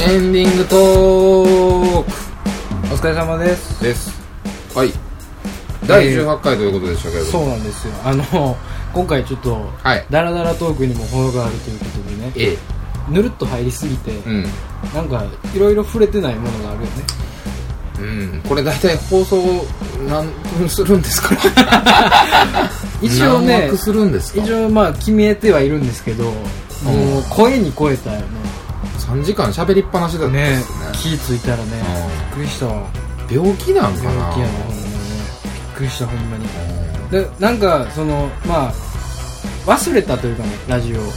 エンディングトークお疲れ様ですですはい第18回ということでしたけれどそうも、なんですよあの今回ちょっとはいダラダラトークにも程があるということでねえぬるっと入りすぎて、えうんなんかいろいろ触れてないものがあるよねうん、これ大体放送何分するんですか 一応何ね枠するんですか一応まあ決めてはいるんですけど、もう声に超えたよね3時間喋りっぱなしだったんでねすね気ぃついたらねびっくりしたわ病気なんか病な気やねほんまにねびっくりしたほんまにでなんかそのまあ忘れたというかねラジオを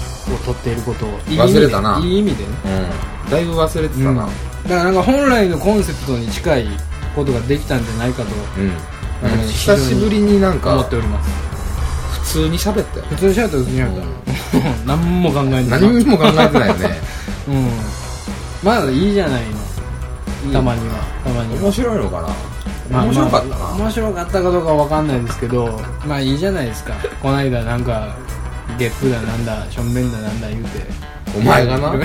撮っていることをいい意味で忘れたないい意味でねうん、うんだいぶ忘れてたなだからなんか本来のコンセプトに近いことができたんじゃないかとうん、うん久しぶりになん思かっております普通に喋ったよ普通にしゃべったら普通にしゃべった 何も考えない何にも考えてないよねうんまあいいじゃないのたまにはたまには面白いのかな、まあ面白かったな、まあ面白かったかどうかわかんないですけどまあいいじゃないですかこの間なんかゲップだなんだしょんべんだなんだ言うてお前がなず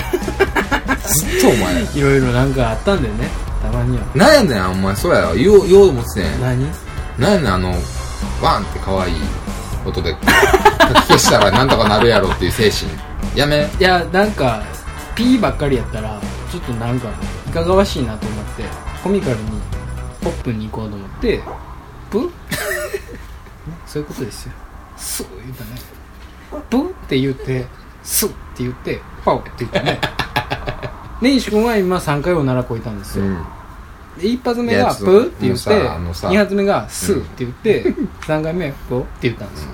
っとお前いろいろなんかあったんだよねたまにはなんやねんお前そうやよ言おう言おうと思っててん何なんやねんあのワンって可愛い音でかき消したらなんとかなるやろっていう精神やめいやなんか P ばっかりやったらちょっとなんかいかがわしいなと思ってコミカルにポップに行こうと思ってプね そういうことですよスッ言ったねプって言ってスッって言ってパオって言ったね根岸君は今3回おならこいたんですよ、んで一発目いやがちプょっとーって言っもうてさあのさ二発目がスーって言って、三回目ポーって言ったんですよ、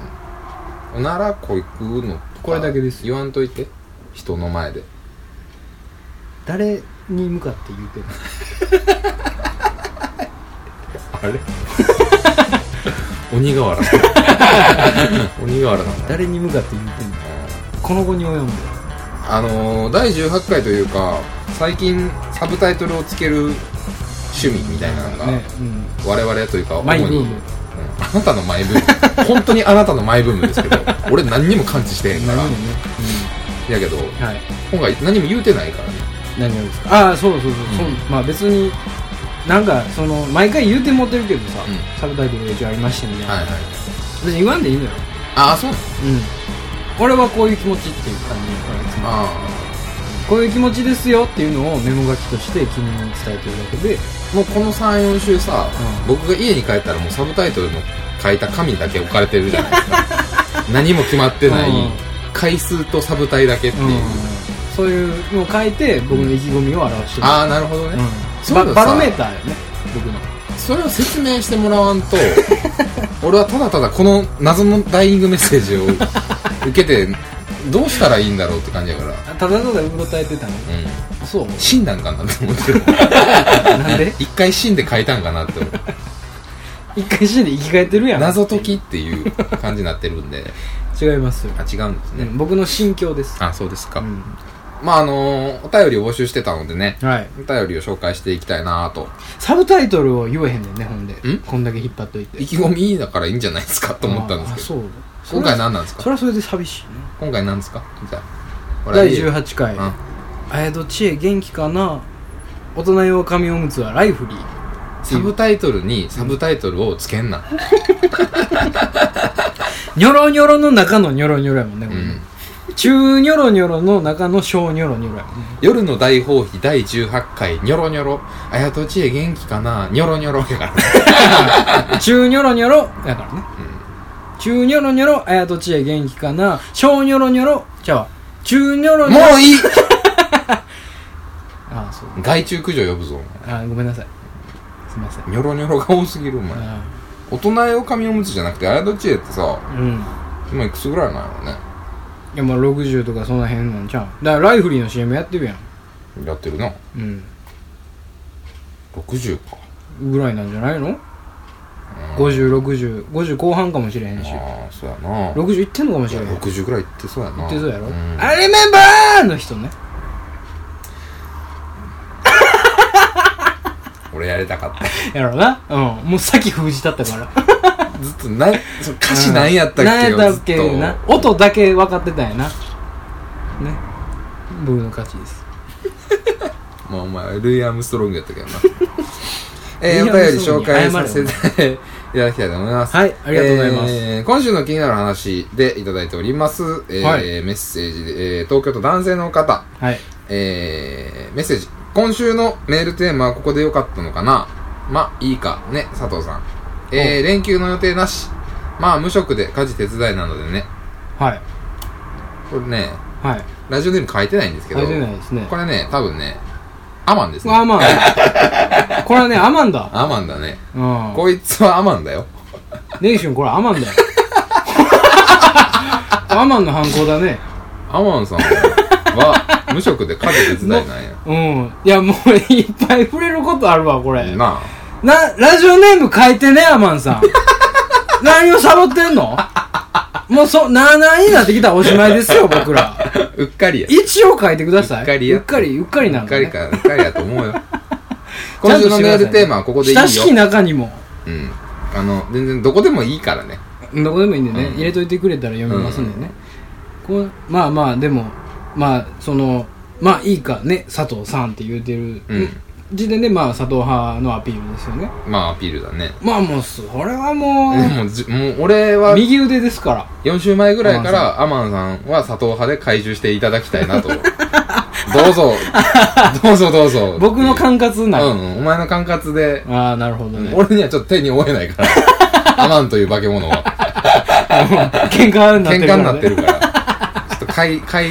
おならこいくのこれだけです言わんといて人の前で誰に向かって言うてるあれ鬼 瓦鬼瓦なんだ誰に向かって言うてんのこの後に及んであのー第18回というか最近サブタイトルをつける趣味みたいなのが、ね、うん、我々というか主にマイブームうんあなたのマイブ ーム本当にあなたのマイブームですけど俺何にも感知してへんから何をね、やけどうん、はい今回何も言うてないからね何をですかああそうそうそう,そう、まあ別になんかその毎回言うて持ってるけどさ、うんサブタイトルが一応ありましたみたいな、はいはい別に言わんでいいのよああそうなのうん俺はこういう気持ちっていう感じだからいつもあこういう気持ちですよっていうのをメモ書きとして君に伝えてるだけであもうこの34週さ、うん僕が家に帰ったらもうサブタイトルの書いた紙だけ置かれてるじゃないですか 何も決まってない、うん回数とサブタイだけっていう、そういうのを書いて僕の意気込みを表してる、ああなるほどね、うんそういうのバさバロメーターよね僕のそれを説明してもらわんと 俺はただただこの謎のダイイングメッセージを受けてどうしたらいいんだろうって感じやから、あただただうろたえてたのうん、そう死んだんかなって思ってる なんで一回死んで書いたんかなって思う一回死んで生き返ってるやん謎解きっていう感じになってるんで違いますよ、あ違うんですね、うん、僕の心境です、あそうですか、うんまああのーお便りを募集してたのでねはいお便りを紹介していきたいなとサブタイトルを言えへんねんねほんでんこんだけ引っ張っといて意気込みだからいいんじゃないですかと思ったんであすけどそう今回な何なんですそかれはそれで寂しいね今回何ですかじゃあ第18回うん「あやど知恵元気かな大人用紙おむつはライフリー」サブタイトルにサブタイトルをつけんな。ニョロニョロの中のニョロニョロやもんね、うこれねん。中ニョロニョロの中の小ニョロニョロやもんね夜の大放棄第18回、ニョロニョロ。あやとちえ元気かなニョロニョロやから。 中ニョロニョロやからね、中ニョロニョロあやとちえ元気かな小ニョロニョロじゃあ中ニョ ロニョロもういいああそう害虫駆除呼ぶぞ。ああごめんなさいすいませんニョロニョロが多すぎる、お前。あ大人用紙おむつじゃなくて、あやとちえってさ、あうん今いくつぐらいなんやいやまあ60とかその辺なんちゃうだからライフリーの CM やってるやんろね。やってるな。うん60か。ぐらいなんじゃないの506050後半かもしれへんしああ、そうやな。 60いってんのかもしれへんい60ぐらいいってそうやな。ってそうやろ、んあれメンバーの人ね俺やりたかった。やろなうんもう先封じたったからずっと、な、その歌詞何やったっけ何やったっけずとな音だけ分かってたんやなね僕の勝ちですまあお前ルイ・アームストロングやったけ どなえー、お便り紹介させていただきたいと思いますはいありがとうございますえー今週の気になる話でいただいております、えーはいメッセージで、えー東京都男性の方、はいえーメッセージ今週のメールテーマはここでよかったのかなまあいいかね佐藤さん、えー連休の予定なしまあ無職で家事手伝いなのでねはいこれねはいラジオネーム書いてないんですけど大丈夫ないですねこれね多分ねアマンですねアマンこれはねアマンだアマンだねうんこいつはアマンだよ根岸君これアマンだよ アマンの犯行だねアマンさんは無職で家事手伝いなん やうんいやもういっぱい触れることあるわこれななあラジオネーム変えてねアマ ンさん何をサボってんのもうそなあなあになってきたらおしまいですよ僕らうっかりや一応書いてくださいうっかりやうっかりうっかりなうんっだ、かね、りかうっかりやと思 うよ今週のメールテーマはここでいいよ親しき中にもうんあの全然どこでもいいからねどこでもいいんでね、うん入れといてくれたら読みますんでね、こうまあまあでもまあそのまあいいかね佐藤さんって言うてるうん時点で、まあ佐藤派のアピールですよねまあアピールだねまあもうそれはもでうもじもう俺は右腕ですから4週前ぐらいからアマンさんは佐藤派で懐柔していただきたいな とどう ぞどうぞどうぞ僕の管轄なうの、んうんお前の管轄でああなるほどね、俺にはちょっと手に負えないから アマンという化け物は喧嘩になっ喧て嘩るから、ね、になってるからちょっと飼い飼い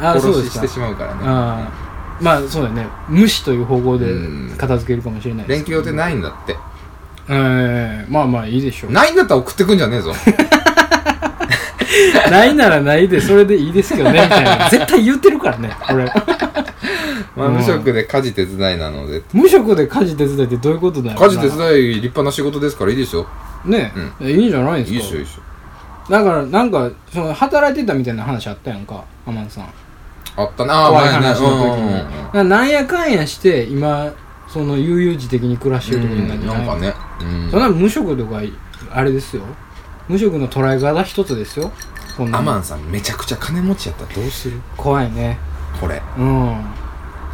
あそう殺でしすかしてしまうからねああまあそうだよね無視という方向でうん片付けるかもしれないです連休予定ないんだってええまあまあいいでしょうないんだったら送ってくんじゃねえぞ ないならないでそれでいいですけどねみたい な絶対言ってるからね俺まあ 無職で家事手伝いなので無職で家事手伝いってどういうことだよ家事手伝い立派な仕事ですからいいでしょねえ、いいんじゃないですいかいでしょいいでしょだからなんかその働いてたみたいな話あったやんか天野さんあったなあ怖い話の時うんうんに、うんななんやかんやして今その悠々自適に暮らしてるところになるんじゃなないんかね、うんそんな無職とかあれですよ無職の捉え方一つですよこんなアのマンさんめちゃくちゃ金持ちやったらどうする怖いねこれうん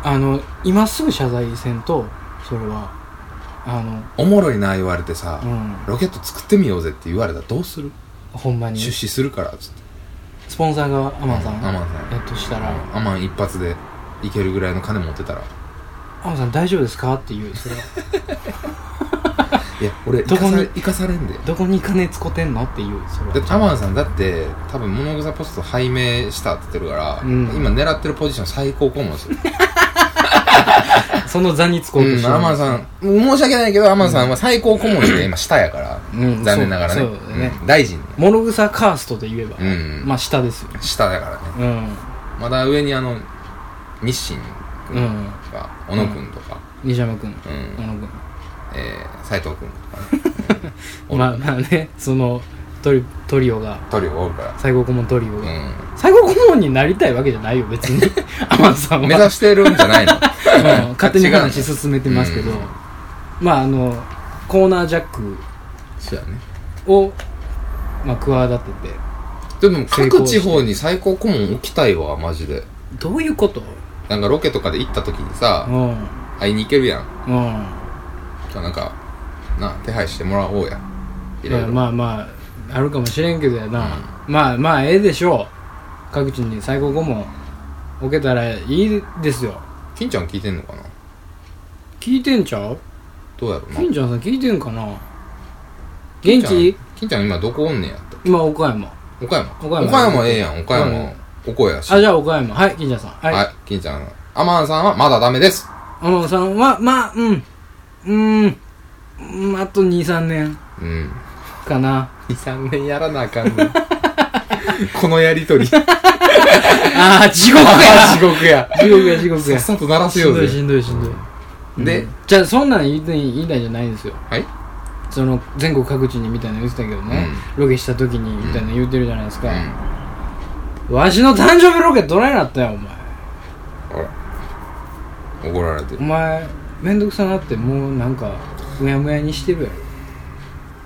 あの今すぐ謝罪せんとそれはあのおもろいな言われてさ、うんロケット作ってみようぜって言われたらどうする、ほんまに出資するからっつってスポンサーがアマンさんアマンさんやっとしたら「アマン一発でいけるぐらいの金持ってたらアマンさん大丈夫ですか?」って言うそれいや俺生どかこにされ生かされんで「 どこに金使ってんの?」って言うそれだってアマンさんだって多分物草ポスト拝命したって言ってるから、うん今狙ってるポジション最高顧問ですよ、その座に使おうとうしん、てるアマンさん申し訳ないけどアマンさんは最高顧問で今下やから、うん残念ながらねそうそうだねうん大臣「モログサカースト」で言えば、うん、まあ下ですよ下だからねうんまだ上にあの日清う君んとか、小野君とか、西山君うん小野君えー、斉藤君とか、ね、おるまあまあねそのトリトリオがトリオおるから、最高顧問トリオが、う最高顧問になりたいわけじゃないよ 別にアマンさんん、は目指してるんじゃ ないのうん勝手に話違う進めてますけど、うんまああのコーナージャックそうやねを、まあ、企ててでも各地方に最高顧問置きたいわマジでどういうことなんかロケとかで行った時にさ、うんうん会いに行けるやんじゃあなんかな手配してもらおうやいろいろ、まあまああるかもしれんけどやな、まあまあええでしょう各地に最高顧問置けたらいいですよ金ちゃん聞いてんのかな聞いてんちゃうどうやろうな金ちゃんさん聞いてんかな金ち元気ゃん金ちゃん今どこおんねんやった今岡山岡山岡山ええやん岡山、うんおこやしあじゃあ岡山はい金ちゃんさんはい、はい、金ちゃん。アマンさんはまだダメです。小野さんはまあうんうーんうんあと23年うん。かな2、3年やらなあかんね このやり とり。地ああ地獄や獄や。地獄や地獄さっやさと鳴らせしよんどういしぜ。んどいしんどい、で、じゃあそんなん言いたい言いたいんじゃないんですよはいその全国各地にみたいなの言ってたけどね、ロケした時にみたいなの言ってるじゃないですか、うん。わしの誕生日ロケどないなったよお前ほら。怒られておる。前めんどくさなってもうなんかうやむやにしてるや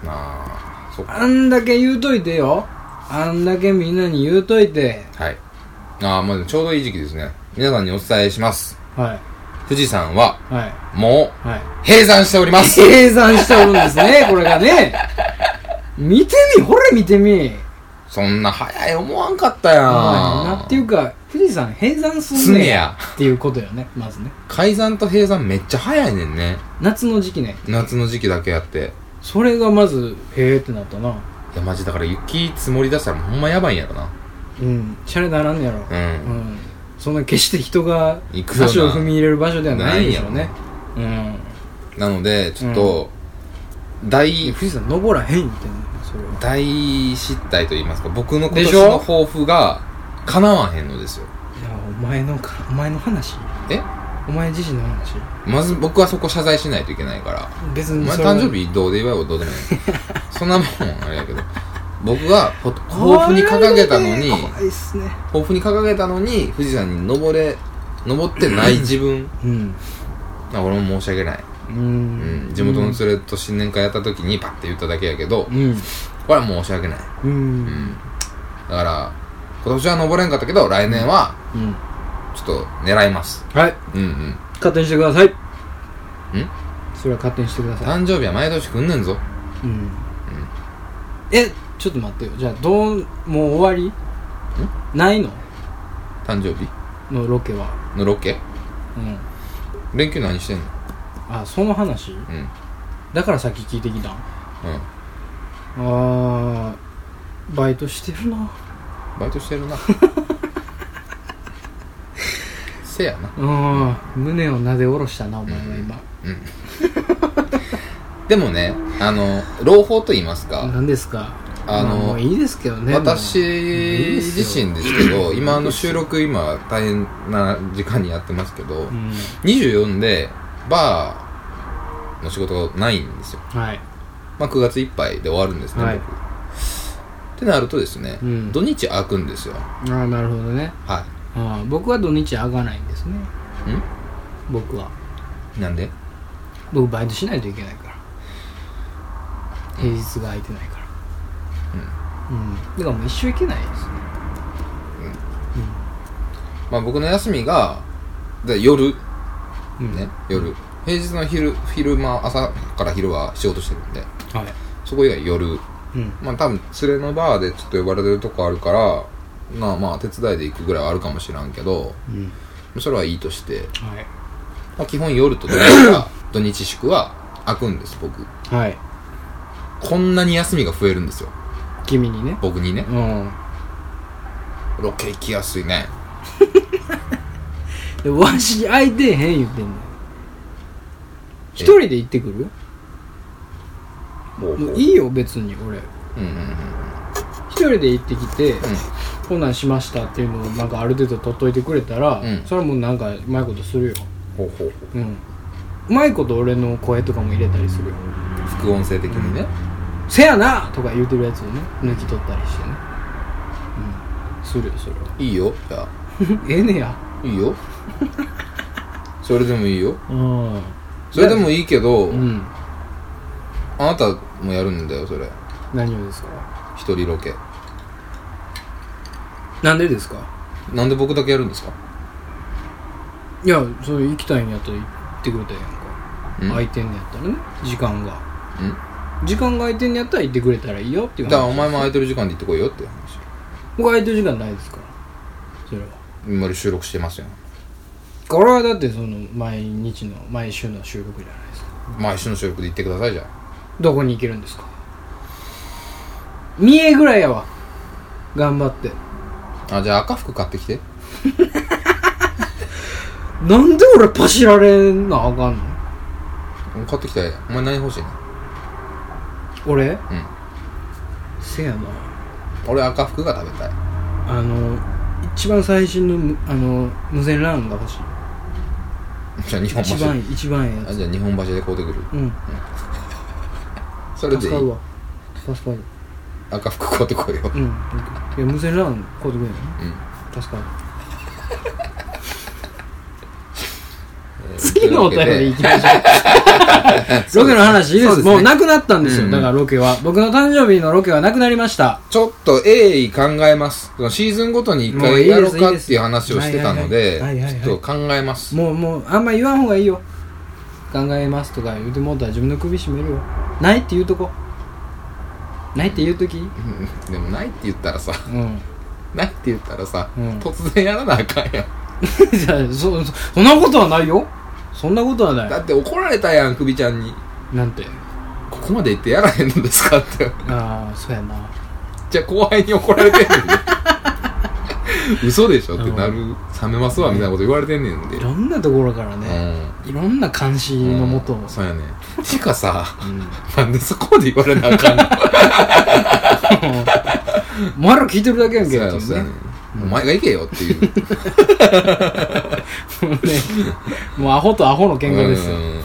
ろなあ、そっか。あんだけ言うといてよあんだけみんなに言うといてはい。ああ、まあでもちょうどいい時期ですね。皆さんにお伝えします。はい富士山は、はいも、はいう閉山しており ます。計算しておるんで すねこれがね見てみほれ見てみそんな早い思わんかったやん。なっていうか富士山閉山すすんねねやや。っていうことよねまずね改ざんと閉山めっちゃ早いねんね。夏の時期ね夏の時期だけやって。それがまずへえってなったないや、マジだから雪積もり出したらほんまやばいんやろな。うんシャレならんやろう。うんんそんな決して人が行くような足を踏み入れる場所ではないでしょうねうんなので、ちょっと、いや大、富士山登らへんってそれは大失態と言いますか、僕の今で年しょの抱負が、叶わへんのですよ。いやお前のかお前の話えお前自身の話まず僕はそこ謝罪しないといけないから。別おに前それは誕生日どうで祝いはどうでもいい。 そんなもん、あれやけど。僕が、ほ抱負に掲げたのに、怖いっすね抱負に掲げたのに、富士山に登れ、登ってない自分。うんまあ俺も申し訳ない。ううんん地元の連れと新年会やった時にパッて言っただけやけど、うんこれは申し訳ない。ううんん。だから、今年は登れんかったけど、来年は、うんちょっと狙います。はいうんうん。勝手にしてくださいんそれは勝手にしてください誕生日は毎年来んねんぞ。うんえちょっと待ってよじゃあどうもう終わりないの誕生日のロケはのロケうん連休何してんのあその話うん。うん。だからさっき聞いてきたんあーバイトしてるなバイトしてるな。 せやな。うん胸をなで下ろしたなお前は今でもね、あの、朗報と言いますか、何ですかあのまもういいですけどね私いいです自よ身ですけど、今あの収録今大変な時間にやってますけどもうう、ん24でバーの仕事がないんですよ。はいまあ9月いっぱいで終わるんですね、はい僕。ってなるとですね、うん土日開くんですよ。ああなるほどねはあー僕は土日上がらないんですねい。僕はんなんで僕バイトしないといけないから平日が空いてないからうん、だからもう一生行けないですねまあ僕の休みが、で夜、うん、うんね、夜。平日の昼、昼間、朝から昼は仕事してるんで、はいそこ以外夜うんまあ多分連れのバーでちょっと呼ばれてるとこあるからまあまあ手伝いで行くぐらいはあるかもしらんけどうんそれはいいとして、はいまあ、基本夜と土日 が土日祝は開くんです僕はいこんなに休みが増えるんですよ君にね僕にねうんロケ行きやすいねでわし空いてへん言ってんの一人で行ってくるもうもういいよ別に俺うんうんうん一人で行ってきて、こんなんしましたっていうのをなんかある程度取っといてくれたら、うんそれはもうなんかうまいことするよほうほうほうんうまいこと俺の声とかも入れたりするよう副音声的にね、 「せやな!」とか言うてるやつをね抜き取ったりしてねうんするよそれ はいいよじゃあええねやいい よそれでもいいようんそれでもいいけど、うんあなたもやるんだよそれ何をですか一人ロケなんでですかなんで僕だけやるんですかいやそれ行きたいんやったら行ってくれたらええやんかん空いてんのやったらね時間がうん時間が空いてんのやったら行ってくれたらいいよっていうだからお話前も空いてる時間で行ってこいよっていう話僕空いてる時間ないですからそれは今収録してますよこれはだってその毎日の毎週の収録じゃないですか毎週の収録で行ってくださいじゃんどこに行けるんですか三重ぐらいやわ頑張ってあじゃあ赤服買ってきてなんで俺パシられなあかんの買ってきてお前何欲しいの俺うんせやな俺赤服が食べたい あの一番最新のむあの無線 LAN が欲しいじゃあ日本一橋番一番ええあやつじゃあ日本橋で買うてくるうんそれでい助かるいわ助かる赤服買うてこいようんいや無線 LAN 買うてくれんのうん助かる次のお便り行きましょう ロケの話いいですそうですねもうなくなったんですよ、うんだからロケは僕の誕生日のロケはなくなりましたちょっと鋭意考えます。そのシーズンごとに一もういい回でやろうすかっていう話をしてたので、はいはいはいはいちょっと考えます。もうもうあんま言わん方がいいよ考えますとか言うてもうたら自分の首絞めるよないって言うとこないって言うときううん でもないって言ったらさ、ん ないって言ったらさ、うん突然やらなあかんやん。じゃあそそそんなことはないよそんなことはなだって怒られたやん、クビちゃんに。いなんてここまで言ってやらへんのですかって。 ああそうやなじゃあ後輩に怒られてんねんで。 嘘でしょってなる、冷めますわみたいなこと言われてんねんで。いろんなところからうね、ん。いろんな監視のもと、うんそうやね。てかさ、うんなんでそこまで言われなあか んのお前ら聞いてるだけやんけそうやっねていうそうやねねお前が行けよっていう。 もうねもうアホとアホの喧嘩ですよ、うん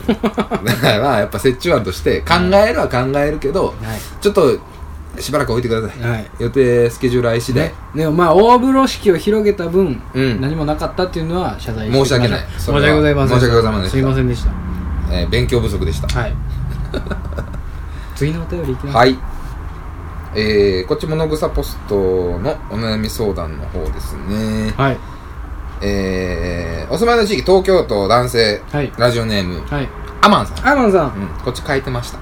だからやっぱ折衷案として考えるは考えるけど、はちょっとしばらく置いてください、いはい予定スケジュール愛しで、ねでもまあ大風呂敷を広げた分、うん何もなかったっていうのは謝罪して申し訳ないくだそされ申はし訳ございませ申んし訳ございませんでしたすいませんでしえー勉強不足でしたたはい 次のお便りいきますはい、えー、こっち物草ポストのお悩み相談の方ですねはいえー、お住まいの地域東京都男性、はいラジオネームはいアマンさんアマンさんうん、こっち書いてました。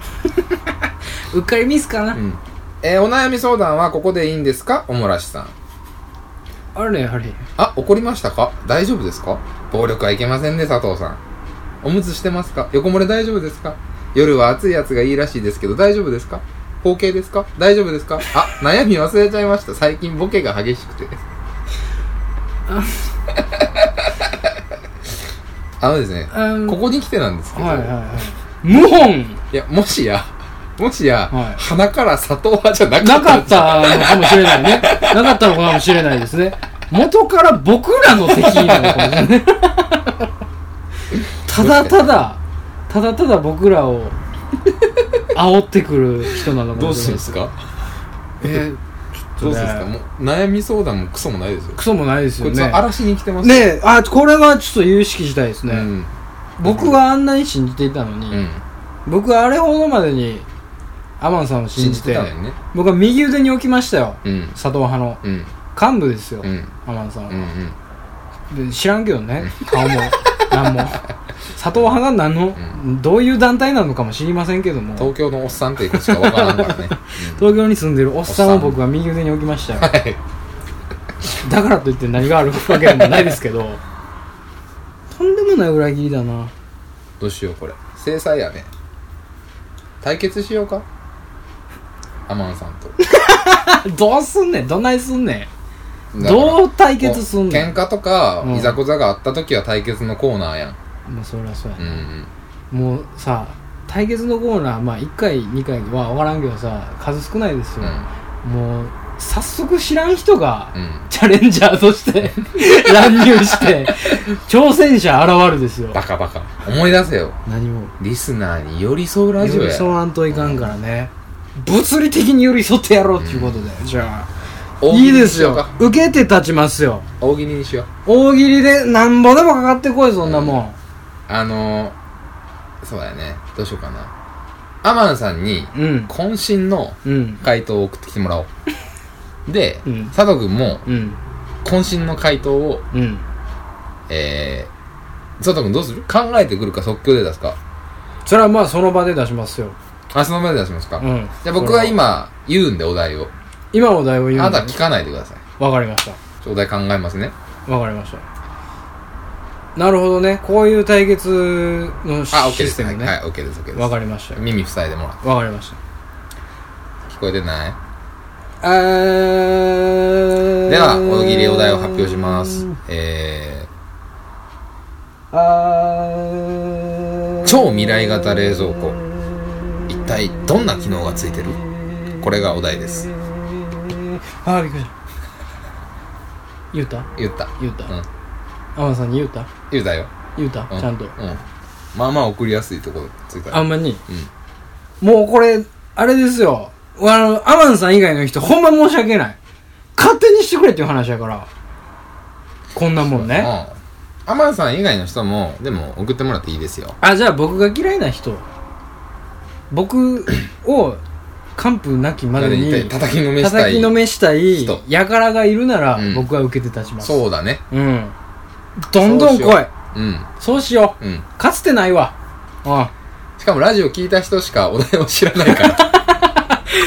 うっかりミスかな、うん。えー、お悩み相談はここでいいんですかおもらしさん。あれあれあ、怒りましたか大丈夫ですか暴力はいけませんね、佐藤さん。おむつしてますか横漏れ大丈夫ですか夜は暑いやつがいいらしいですけど、大丈夫ですか包茎ですか大丈夫ですかあ、悩み忘れちゃいました。最近ボケが激しくて。あのですね、あのここに来てなんですけど、はいはいはい無本いや、もしや、もしや、はい鼻から砂糖派じゃなかったなかんっですよたのかもしれないね。なかったのかもしれないですね。元から僕らの敵なのかもしれない。ただただ、ただただ僕らを煽ってくる人なのかどもうしするれんなですい。かえどうするんですかもう悩み相談もクソもないですよー、。クソもないですこよいつねは。嵐に来てますねえ、あ、これはちょっと有識したいですね。うん僕はあんなに信じていたのに、うん僕はあれほどまでにアマンさんを信信じじて、てたのよね僕は右腕に置きましたよ。うん佐藤派のうん幹部ですよ、うんアマンさんは。うんうんで知らんけどね 顔も何も佐藤派が何の、うどういう団体なのかも知りませんけども東東京のおっさんっていうことしかわからんからね京に住んでるおっさんおっをさん僕は右腕に置きましたよはいだからといって何があるわけでもないですけど とんでもない裏切りだな どうしようこれ制裁やね対決しようかアマンさんとどうすんねんどないすんねんどう対決すんね喧ん嘩とかうんいざこざがあった時は対決のコーナーやんまあそりゃそうやう、んもうさ対決のコーナーまあ1回2回は分からんけどさ数少ないですうよん、もう早速知らん人がうんチャレンジャーとして 乱入して挑戦者現るですよバカバカ思い出せよ何もリスナーに寄り添うラジ寄オりや添わんといかんからね物理的に寄り添ってやろうっていうことで、じゃあ大喜い利いにでしすようよか受けて立ちますよ大喜利にしよう大喜利でなんぼでもかかってこいそんなもんあのー、そうやねどうしようかなアマンさんにうん渾身のうん回答を送ってきて もらおうで、うん佐藤君もうん渾身の回答をうんえー、佐藤君どうする考えてくるか即興で出すかそれはまあその場で出しますよ、あその場で出しますか、うん、じゃあ僕は今言うんでお題を今お題をあ言うなんただは聞かないでくださいわかりましたちょお題考えますねわかりましたなるほどねこういう対決のシあ OK でシスすテはいムねはい OK です OK ですわかりましたよ耳塞いでもらってわかりました聞こえてないででは大喜利お題を発表しますえー、超未来型冷蔵庫一体どんな機能がついてるこれがお題ですあーびっくりした言うた言った言うたうん天野さんに言うた言うたよ、言うたうちゃんとうまあまあ送りやすいところついたあんまにうもうこれあれですよあの天野さん以外の人ほんま申し訳ない勝手にしてくれっていう話やからこんなもんんねああアマンさん以外の人もでも送ってもらっていいですよあじゃあ僕が嫌いな人僕を完膚なきまでなのにに叩きのめしたい叩きのめしたい人やからがいるならうん僕は受けて立ちます、そうだねうんどんどん来そいうしようんそうしよううんかつてないわうんしかもラジオ聞いた人しかお題を知らない から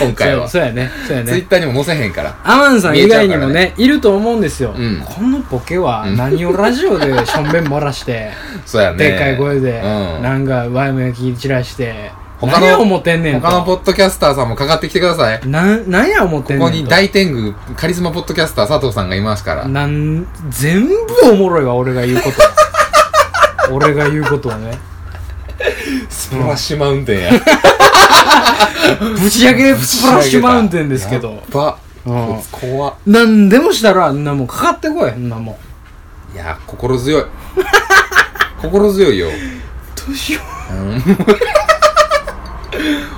今回はそうそうやねそうやツイねッターにも載せへんからアマンさん以外にも見えちゃねいると思うんですよ、うんこのボケはうん何をラジオでしょんべん漏らして、そう やねでっかい声で、うんなんかワイムやき散らして他の何や思ってんねんと他のポッドキャスターさんもかかってきてくださいなん、なんや思ってんこねんことに大天狗カリスマポッドキャスター佐藤さんがいますからなん、全部おもろいわ、俺が言うこと。 俺が言うことはね。スプラッシュマウンテンやぶち上げスプラッシュマウンテンですけやどっ。ばうんこいつ怖っなんでもしたら、あんなもんかかってこい、あんなもん。いや心 強い心強いよどうしようん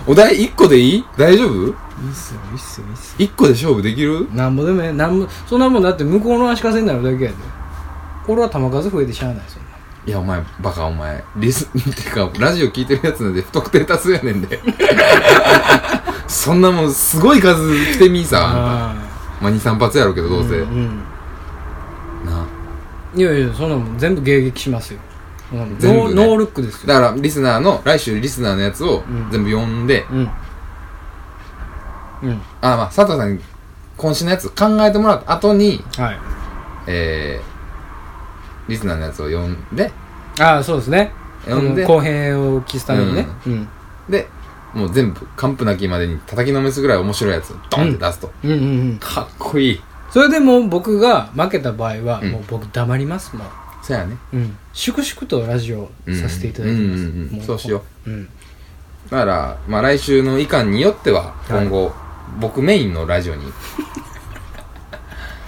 お題1個でいい大丈夫う。いいっすよ、いいっすよ、いいっす ?1 個で勝負できるよ。なんぼでもね、なんも、そんなもんだって向こうの足かせになるだけやで。俺は球数増えてしゃあない、そんな。いや、お前、バカお前。リス、 てか、ラジオ聞いてるやつなんで不特定多数やね んで。そんなもん、すごい数来てみーさ。あんあたまあ、2、3発やろうけど、ーどうせ。んな。うん。いやいや、そんなもん全部迎撃しますよ。そんなもん全部ねノーノールックですよ。だから、リスナーの、来週リスナーのやつをうん全部読んで、うん。うん。あ、まあ、佐藤さんに、今週のやつ考えてもらった後に、はい。えー、リスナーのやつを読んで、ああそうですね読んでうん公平を期すためにねうん、で、もう全部、完膚なきまでに叩きのめすぐらい面白いやつをドンって出すと。うん、うんうんかっこいい。それでもう僕が負けた場合は、うんもう僕黙りますもそやね。う、うん、粛々とラジオさせていたうだいてます、んうんうんうんもそうしよう、うん、だから、まあ、来週の以下によってははい今後、僕メインのラジオ に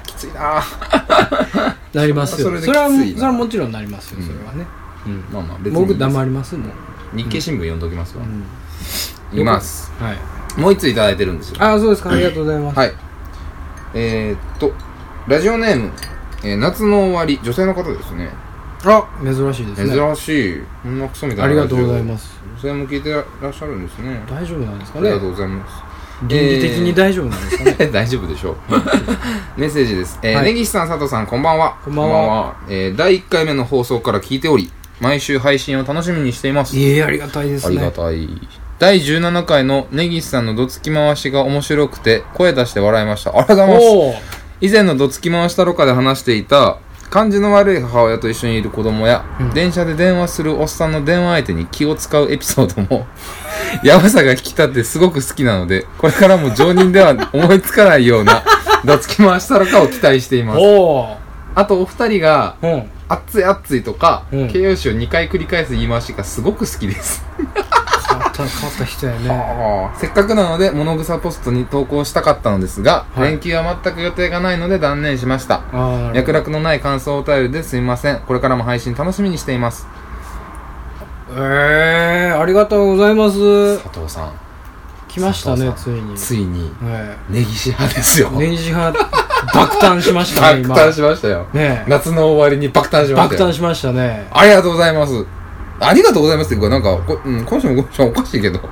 きついなぁなりますよそれはそれはきついなそれはもちろんなりますようんそれはね、うんまあまあ別に僕黙りますもん、日経新聞読んどきますうわ、ん、いますはいもう一ついただいてるんですよああそうですかありがとうございます、はいえー、っとラジオネーム、えー夏の終わり女性の方ですねあ珍しいですね珍しいこんなクソみたあいりながラジとオうございます女性も聞いてらっしゃるんですね大丈夫なんですあかりねがとうございます倫理的に大丈夫なんですかね、 大丈夫でしょう メッセージです、えーはい根岸さん佐藤さんこんばんはこんばんはえー第1回目の放送から聞いており毎週配信を楽しみにしていますいえいえありがたいですあねりがたい第17回の根岸さんのどつき回しが面白くて声出して笑いましたありがとうございますおお以前のどつき回し太郎かで話していた感じの悪い母親と一緒にいる子供や、うん電車で電話するおっさんの電話相手に気を使うエピソードも やばさが引き立ってすごく好きなのでこれからも常人では思いつかないよう などつき回し太郎かを期待していますおおあとお二人がうん「熱い熱い」とか、うん形容詞を2回繰り返す言い回しがすごく好きです変わった変わった人やねせっかくなので物草ポストに投稿したかったのですが、はい連休は全く予定がないので断念しましたあ脈絡のない感想お便りですいませんこれからも配信楽しみにしていますえー、ありがとうございます佐藤さん来ましたね佐ついについにえ根岸派ですよえ年次が爆誕しましたね爆今誕しましたよね夏の終わりに爆誕しえました爆よ誕しましたねありがとうございますありがとうございますっていうかなんかこ、うん、今週も今週はおかしいけ どい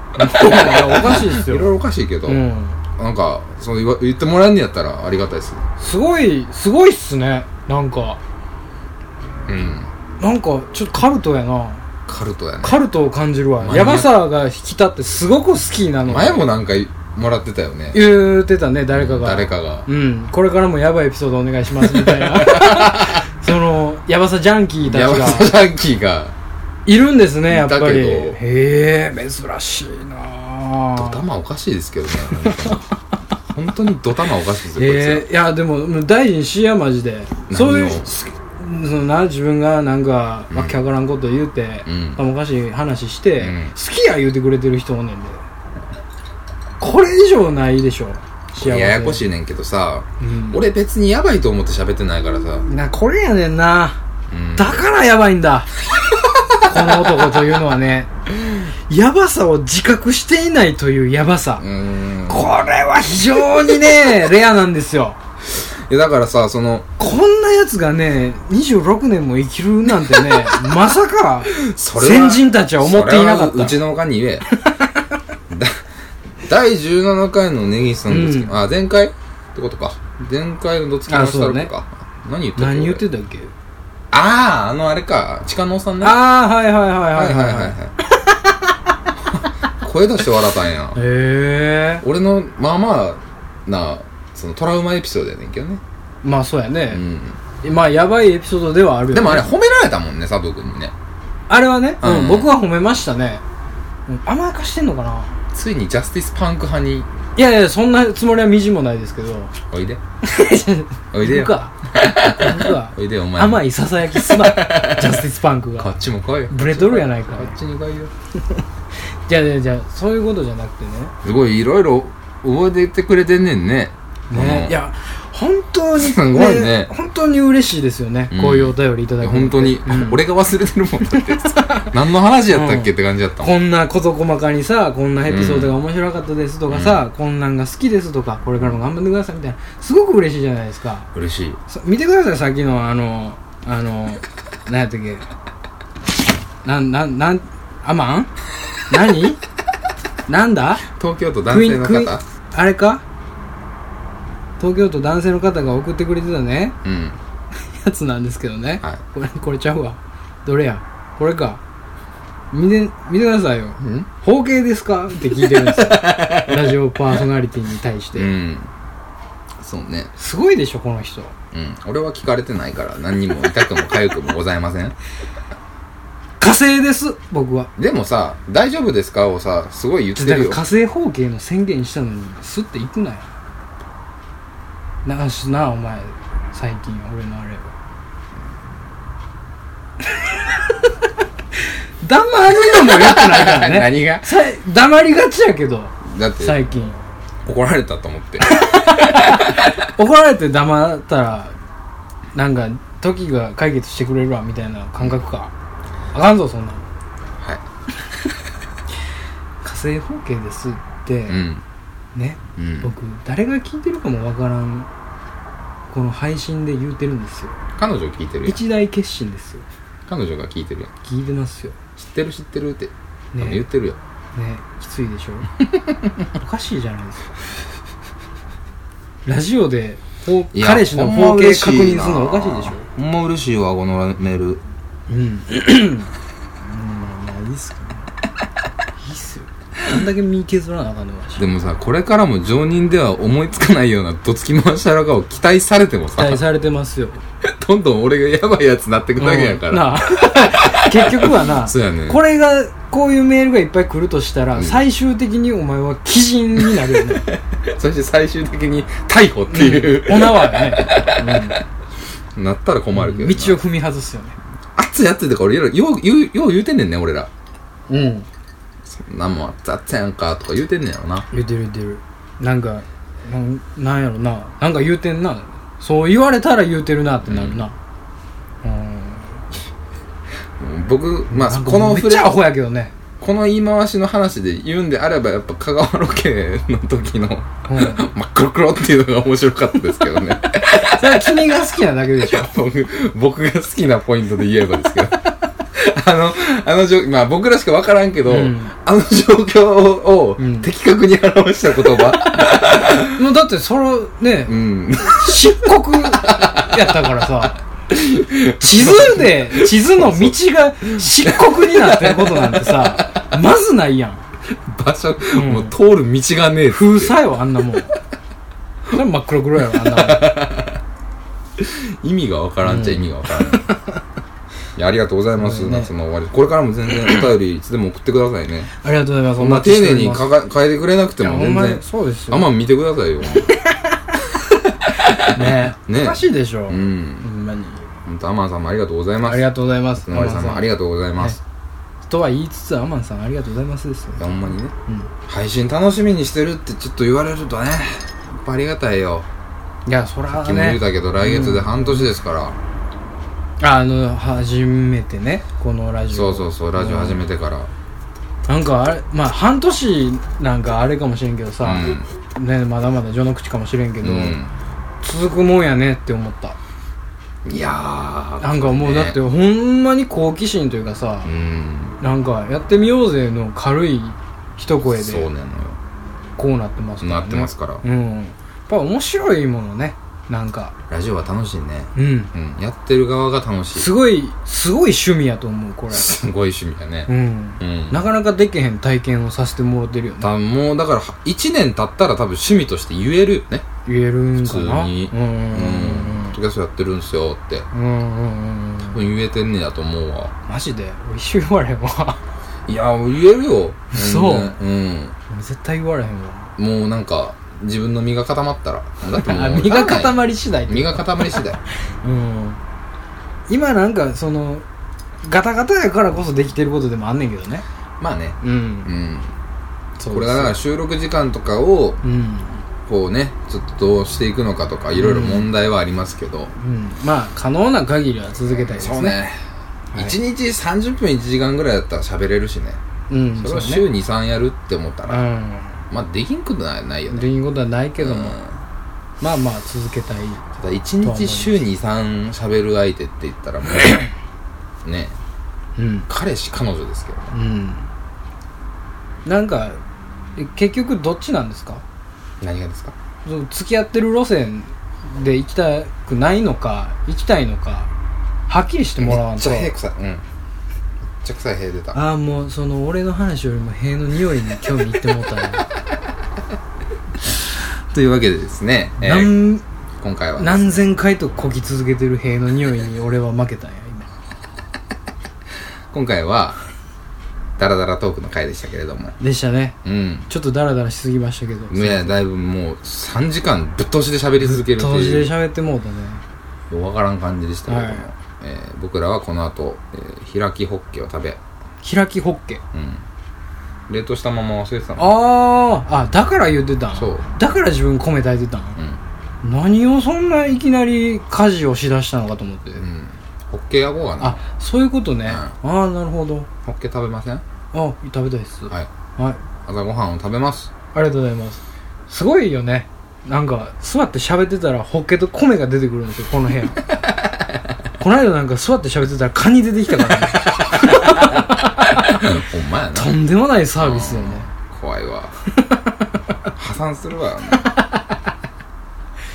やおかしいですいろいよ、ろおかしいけど、うん、なんかそう言わ言ってもらえんのやったらありがたいですすごいすごいっすねなんかうんなんかちょっとカルトやなカルトやねカルトを感じるわ前もヤバさが引き立ってすごく好きなの前もなんかもらってたよね言ってたね誰かが誰かがうん、これからもヤバいエピソードお願いしますみた いなそのヤバさジャンキーたヤちバがさジャンキーがいるんですねやっぱりいたけどへえ珍しいなドタマおかしいですけどね本当にドタマおかしいですよこい つらえー、いやでももう大臣しやマジでをそういうすそのな自分がなんか、うんわけわからんこと言うて、うん頭おかしい話して、うん好きや言うてくれてる人おんねんでこれ以上ないでしょ幸せややこしいねんけどさ、うん俺別にやばいと思って喋ってないからさ、なこれやねんなうんだからやばい んだこの男というのはねやばさを自覚していないというやばさ、うーん これは非常にねレアなんですよいやだからさそのこんなやつがね26年も生きるなんてね まさかそれは先人たちは思っていなかったそれはうちのおかんに言え だ第17回の根岸さんのどつき、うんあ前回ってことか前回のどつきのあそうしたねとか何言って何言っててたっけあああのあれか地下のおっさんねああはいはいはいははいはいいははいいはいはい声出して笑ったんやへえ俺のまあまあなそのトラウマエピソードやねんけどね、まあそうやうね、ん、まあやばいエピソードではあるよねでもあれ褒められたもんね佐藤君にねあれはね、うんうん僕は褒めましたねうん甘やかしてんのかなついにジャスティスパンク派にいやいやそんなつもりはみじんもないですけどお いでおいで行くよか行くかおい でよお前甘いささやきすな ジャスティスパンクこがっちも来いよブレとるやないかこっちに来いよじゃあじゃあじゃあそういうことじゃなくてねすごいいろいろ覚えててくれてんねんねね、うんいや本当に、すごいね本当に嬉しいですよね、うんこういうお便りいただいくやのって本当に、うん俺が忘れてるもんだって 何の話やったっけって感じやったもんこんな事細かにさこんなエピソードが面白かったですとかさ、こんなんが好きですとかこれからも頑張ってくださいみたいなすごく嬉しいじゃないですか嬉しいそ見てくださいさっきのあのあの何やったっけなんなんなんアマン何なんだ東京都男性のクイーンクイー方ンあれか東京都男性の方が送ってくれてたねうんやつなんですけどね、はいこれこれちゃうわどれやこれか見て見てくださいようん「包茎ですか?」って聞いてるん ですよラジオパーソナリティに対して、うんそうねすごいでしょこの人うん俺は聞かれてないから何にも痛くも痒くもございません火星です僕はでもさ「大丈夫ですか?」をさすごい言っだてかるらよ火星包茎の宣言したのにスッて行くなよなしなお前最近俺のあれを 黙るのも良くないから ね何がさ黙りがちやけどだって最近怒られたと思って怒られて黙ったらなんか時が解決してくれるわみたいな感覚かあかんぞそんなのはい 火星方形ですって、うんねうん、僕誰が聞いてるかもわからんこの配信で言うてるんですよ彼女聞いてるやん一大決心ですよ彼女が聞いてるやん聞いてますよ知ってる知ってるって、ね言ってるよねきついでし ょおかしいじゃないですかラジオでこういや彼氏の方形確認するのおかしいでしょほんま嬉しいわこのメールうんうんまあいいっすかねいいっすよあんだけ身削らなあかんのかしでもさこれからも常人では思いつかないようなどつき回しやらかを期待されても期さ待されてますよどんどん俺がやばいやつになってくだけやかうんら、なあ 結局 はなそうやねこれがこういうメールがいっぱい来るとしたら、うん最終的にお前は鬼人になる よねそして最終的に逮捕っていう、お縄やね、なったら困るけうどん、な道を踏み外すよね熱い熱いとか俺ようよう言うよう言うてんねんね俺らうんそんなもん熱い熱いやんかとか言うてんねんやろな言うてる言うてるなんかなんなんやろななんか言うてんなそう言われたら言うてるなってなるなうんうん僕まなあんかこのめっ触ちれゃアホやけどね、この言い回しの話で言うんであればやっぱ香川ロケの時の うん、真っ黒黒っていうのが面白かったですけどね それは君が好きなだけでしょ僕僕が好きなポイントで言えばですけど あのあの状まあ僕らしか分からんけど、うんあの状況ををうん的確に表した言葉もうだってそれねうん漆黒やったからさ地図で地図の道が漆黒になってることなんてさまずないやん場所、うんもう通る道がねえって封鎖よあんなもんそれ真っ黒黒やろあんなもん意味が分からんっちゃう意味が分からん、いやありがとうございます、そうね夏の終わりこれからも全然お便りいつでも送ってくださいねありがとうございますそんな丁寧にかかか変えてくれなくてもほん全まに然そうですあよんま見てくださいよねねおかしいでしょうほんんまに本当アマンさんもありがとうございまあすりがとうございますのりさんもありがとうございます、とは言いつつアマンさんありがとうございますですよいやほんまにねうん配信楽しみにしてるってちょっと言われるとねやっぱありがたいよいやそら昨日言うねたけど、来月で半年ですから、あの初めてねこのラジオそうそうそうラジオ始めてからなんかあれまあ半年なんかあれかもしれんけどさ、ねまだまだ序の口かもしれんけうん、ど、うん続くもんやねって思ったいやーなんかもうだってほんまに好奇心というかさう、んなんかやってみようぜの軽い一声そうなでのよこうなってますからねなってますからうんやっぱ面白いものねなんかラジオは楽しいねうんうんやってる側が楽しいすごいすごい趣味やと思うこれすごい趣味だねうんうんなかなかできへん体験をさせてもらってるよねだもうだから1年経ったら多分趣味として言えるよね言えるんかな普通にうんうんうん「ポッドキャストやってるんすよ」ってうんうんうんうんうん多分言えてんねやと思うわマジで俺一緒言われへんわいや言えるよ嘘全然絶対言われへんわうんもうなんか自分の身が固まったらだってもあう 身が固ままり次第って身が固まり次第うん今なんかそのガタガタやからこそできてることでもあんねんけどねまあねううんんそうこれがだから収録時間とかをうんこうねちょっとどうしていくのかとかいろいろ問題はありますけど、うんまあ可能な限りは続けたいですねそうねはい1日30分1時間ぐらいだったら喋れるしねうんそれをそうね週23やるって思ったうらんまあできんくないないよねできることはないけども、うんまあまあ続けたいただ1日週23喋る相手って言ったらも うねうん彼氏彼女ですけどねうんなんかえ結局どっちなんですか何がですかその付き合ってる路線で行きたくないのか行きたいのかはっきりしてもらわめんっとちゃ屁臭いうんめっちゃ臭い屁出たああもうその俺の話よりも塀の匂いに興味いってもうたなというわけでですね、 えー何今回はですね何千回とこぎ続けてる塀の匂いに俺は負けたんや今今回はダラダラトークの回でしたけれどもでしたねうんちょっとダラダラしすぎましたけどねだいぶもう3時間ぶっ通しで喋り続けるって当時でいう喋ってもうたね分からん感じでしたけれども、はいえー僕らはこの後、えー開きホッケを食べ開きホッケうん冷凍したまま忘れてたのあーあだから言ってたんそうだから自分米炊いてたんうん何をそんないきなり家事をしだしたのかと思って、うんホッケやこうかなあそういうことね、ああなるほどホッケ食べませんあ食べたいですはいはい朝ごはんを食べ ますありがとうございますすごいよねなんか座って喋ってたらホッケと米が出てくるんですよこの部 屋この間なんか座って喋ってたらカニ出てきた からねほんまやとなんでもないサービスよね怖いわ破産するわよね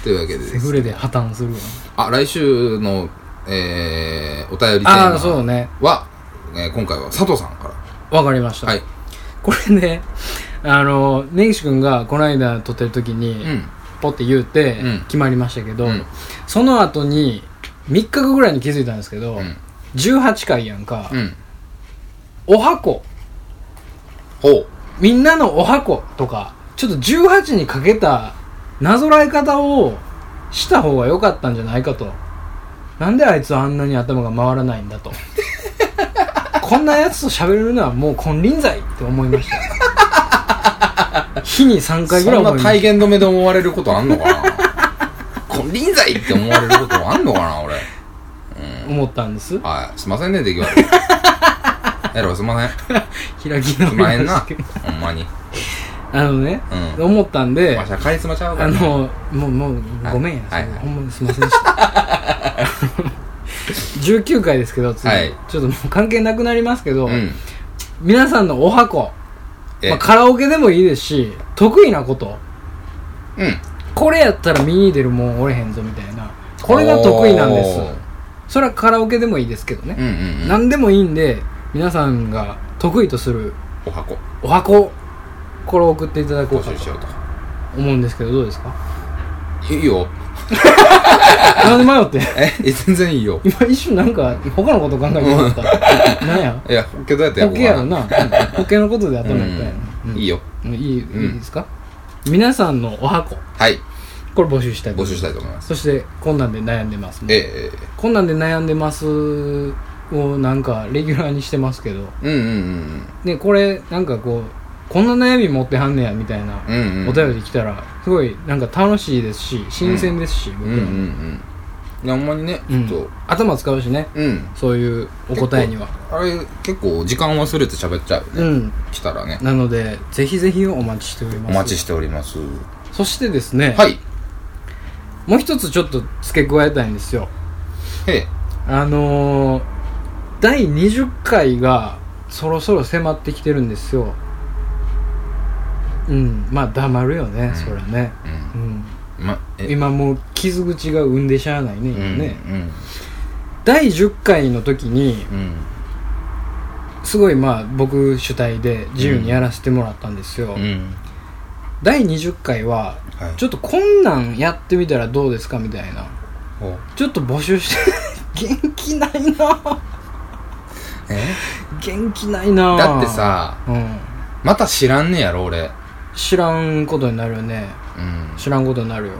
というわけでセですフレで破綻するよねあ来週のえー、お便りテああそーうねマは、えー今回は佐藤さんからわかりました、はいこれねあの根岸君がこの間撮ってる時に、うんポって言うてうん決まりましたけど、うんその後に3日後ぐらいに気づいたんですけど、うん18回やんか、うんおはこほうみんなのおはことかちょっと18にかけたなぞらえ方をした方が良かったんじゃないかとなんであいつはあんなに頭が回らないん だとこんなやつと喋れるのはもう金輪際って思いました日に3回ぐらいそん思いなまし体言止めで思われることあんのかな 金輪際って思われることあんのかな俺た思ったんですはいすいませんね出来 悪いエロすいません開き直すりんまへんまなしたけどほんまに あのね、う思ったんでわしはカリスマちゃうかあらなのもうもうはいごめんや、はいそれほんまにすいませんでした 19回ですけど次、はいちょっともう関係なくなりますけど、うん皆さんのお箱、えまあ、カラオケでもいいですし得意なことうんこれやったら見に出るもんおれへんぞみたいなこれが得意なんですおーそれはカラオケでもいいですけどうね、んうんうん何でもいいんで皆さんが得意とするお箱お箱これを送っていただこう募か集しとようと思うんですけどどうですかいいよなんで迷ってえ え全然いいよ今一瞬なんか他のこと考えて なかったなんやいやホッケどうやってやろ保う険やろかな保険のことでう頭やったんやんいいよよいいいうんいですか皆さんのお箱はいこれ募集したいと募思い集しますたいと思いますそしてこんなんで悩んでますえこんなんで悩んでますをなんかレギュラーにしてますけどえうんうんでこれなんかこうこんな悩み持ってはんねやみたいなうんうんうんお便り来たらすごいなんか楽しいですし新鮮ですしうん僕うんうんいやらもほんまにねちうょんっと頭使うしねうんそういうお答えにはあれ結構時間忘れて喋っちゃうよねうん来たらねなのでぜひぜひお待ちしておりますお待ちしておりますそしてですね、はいもう一つちょっと付け加えたいんですよへえあのー、第20回がそろそろ迫ってきてるんですようんまあ黙るよね、んそりゃね、うん、うんまえ今もう傷口が生んでしゃあないねう今んね、第10回の時にうんうんすごいまあ僕主体で自由にやらせてもらったんですよ、うん第20回ははいちょっとこんなんやってみたらどうですかみたいなほうちょっと募集して 元気ないなえ元気ないなだってさうんまた知らんねやろ俺知らんことになるよねうん知らんことになるよ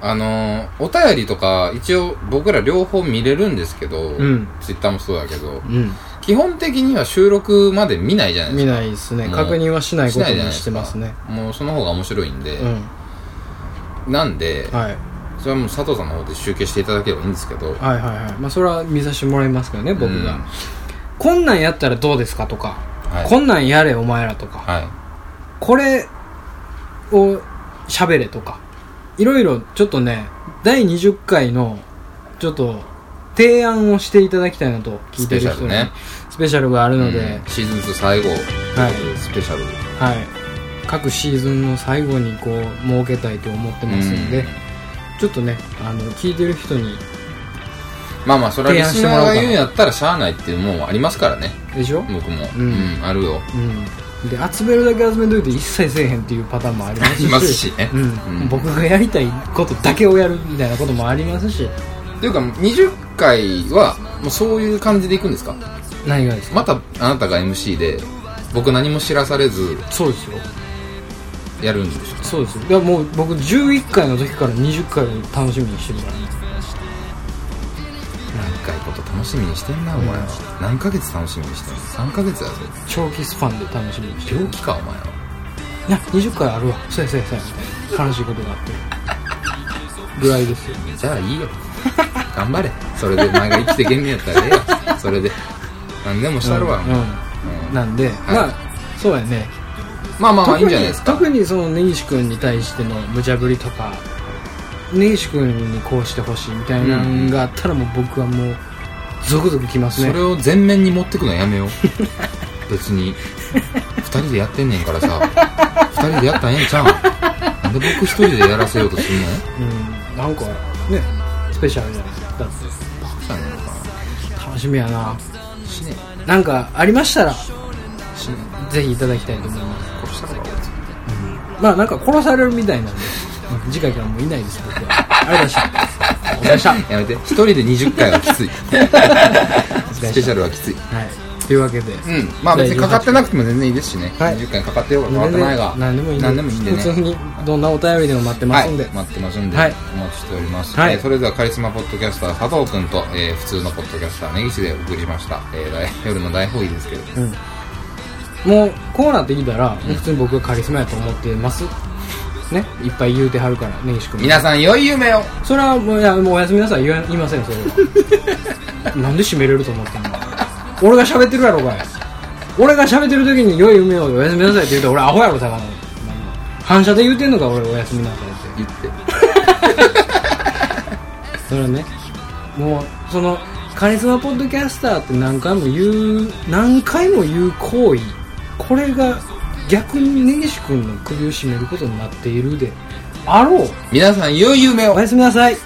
あのー、お便りとか一応僕ら両方見れるんですけど、うんツイッターもそうだけどうん基本的には収録まで見ないじゃないで見すかないですねうん確認はしないことにしてますしねもうその方が面白いんで、うんなんで、はいそれはもう佐藤さんの方で集計していただければいいんですけど、はいはいはいまあそれは見させてもらいますけどね僕うんがこんなんやったらどうですかとかはい、こんなんやれお前らとかはこれを喋れとかいろいろちょっとね第20回のちょっと提案をしていただきたいなと聞いてる人スペシにャルねスペシャルがあるいので、うんシーズン2最後、はいスペシャルはい各シーズンの最後にこう設けたいと思ってますんで、うんちょっとねあの聞いてる人にまあまあそれはリ提案しスてもナらーおうかがな言うんやったらしゃあないっていうもんはありますからねでしょ、僕もううんん、あるようん、で集めるだけ集めといて一切せえへんっていうパターンもありますしいますしねうんうん僕がやりたいことだけをやるみたいなこともありますしというか20回はもうそういう感じでいくんですか何がですかまたあなたが MC で僕何も知らされずそうですよやるんでしょそうですよだからもう僕11回の時から20回を楽しみにしてるから何回こと楽しみにしてんなお前は何ヶ月楽しみにしてんの3ヶ月やぞ長期スパンで楽しみにしてる病気かお前はいや20回あるわそうやそうやそうやみたいな悲しいことがあ ってぐらいですよじゃあいいよ頑張れそれでお前が生きてけんねやったらええよそれで何でもしたるわ、ううんん、なんで、いまあそうやねまあまあまあいいん特じゃないにですか特にその根岸君に対しての無茶ぶりとか根岸君にこうしてほしいみたいなのがあったらもう僕はもうゾクゾクきますそねれを全面に持ってくのはやめよう別に二人でやってんねんからさ二人でやったらええんちゃうんなんで僕一人でやらせようとすんのうんなんかねスペシャルじゃないですかだっバカなのかて楽しみやなな死ねなんかありましたら死ねぜひいただきたいと思いま殺すしたから俺まあなんか殺されるみたいなんでうん次回からもういないです僕はありがとうございましたありがとうございましたはやめて一人で20回はきつ いスペシャルはきついいというわけで、うんまあ別にかかってなくても全然いいですしね、はい20回かかってようがかか何っでてないが何でもいいんで何でもいいんでね普通にどんなお便りでも待ってまはすいんで、待ってますんで、はいお待ちしております、はいえーそれではカリスマポッドキャスター佐藤君と、えー普通のポッドキャスター根岸でお送りしました、えー大 夜の大放棄ですけどうん、もうこうなってきたら、もう普通に僕はカリスマやと思ってますねいっぱい言うてはるから根岸君皆さん良い夢をそれはもういやもうおやすみなさい言わ言いませんそれはなんで締めれると思ってんの俺が喋ってるやろかい俺が喋ってる時に良い夢をおやすみなさいって言うと俺アホやろ魚反射で言うてんのか俺おやすみなさいって言ってそれはねもうそのカリスマポッドキャスターって何回も言う何回も言う行為これが逆に根岸君の首を絞めることになっているであろう皆さん良い夢をおやすみなさい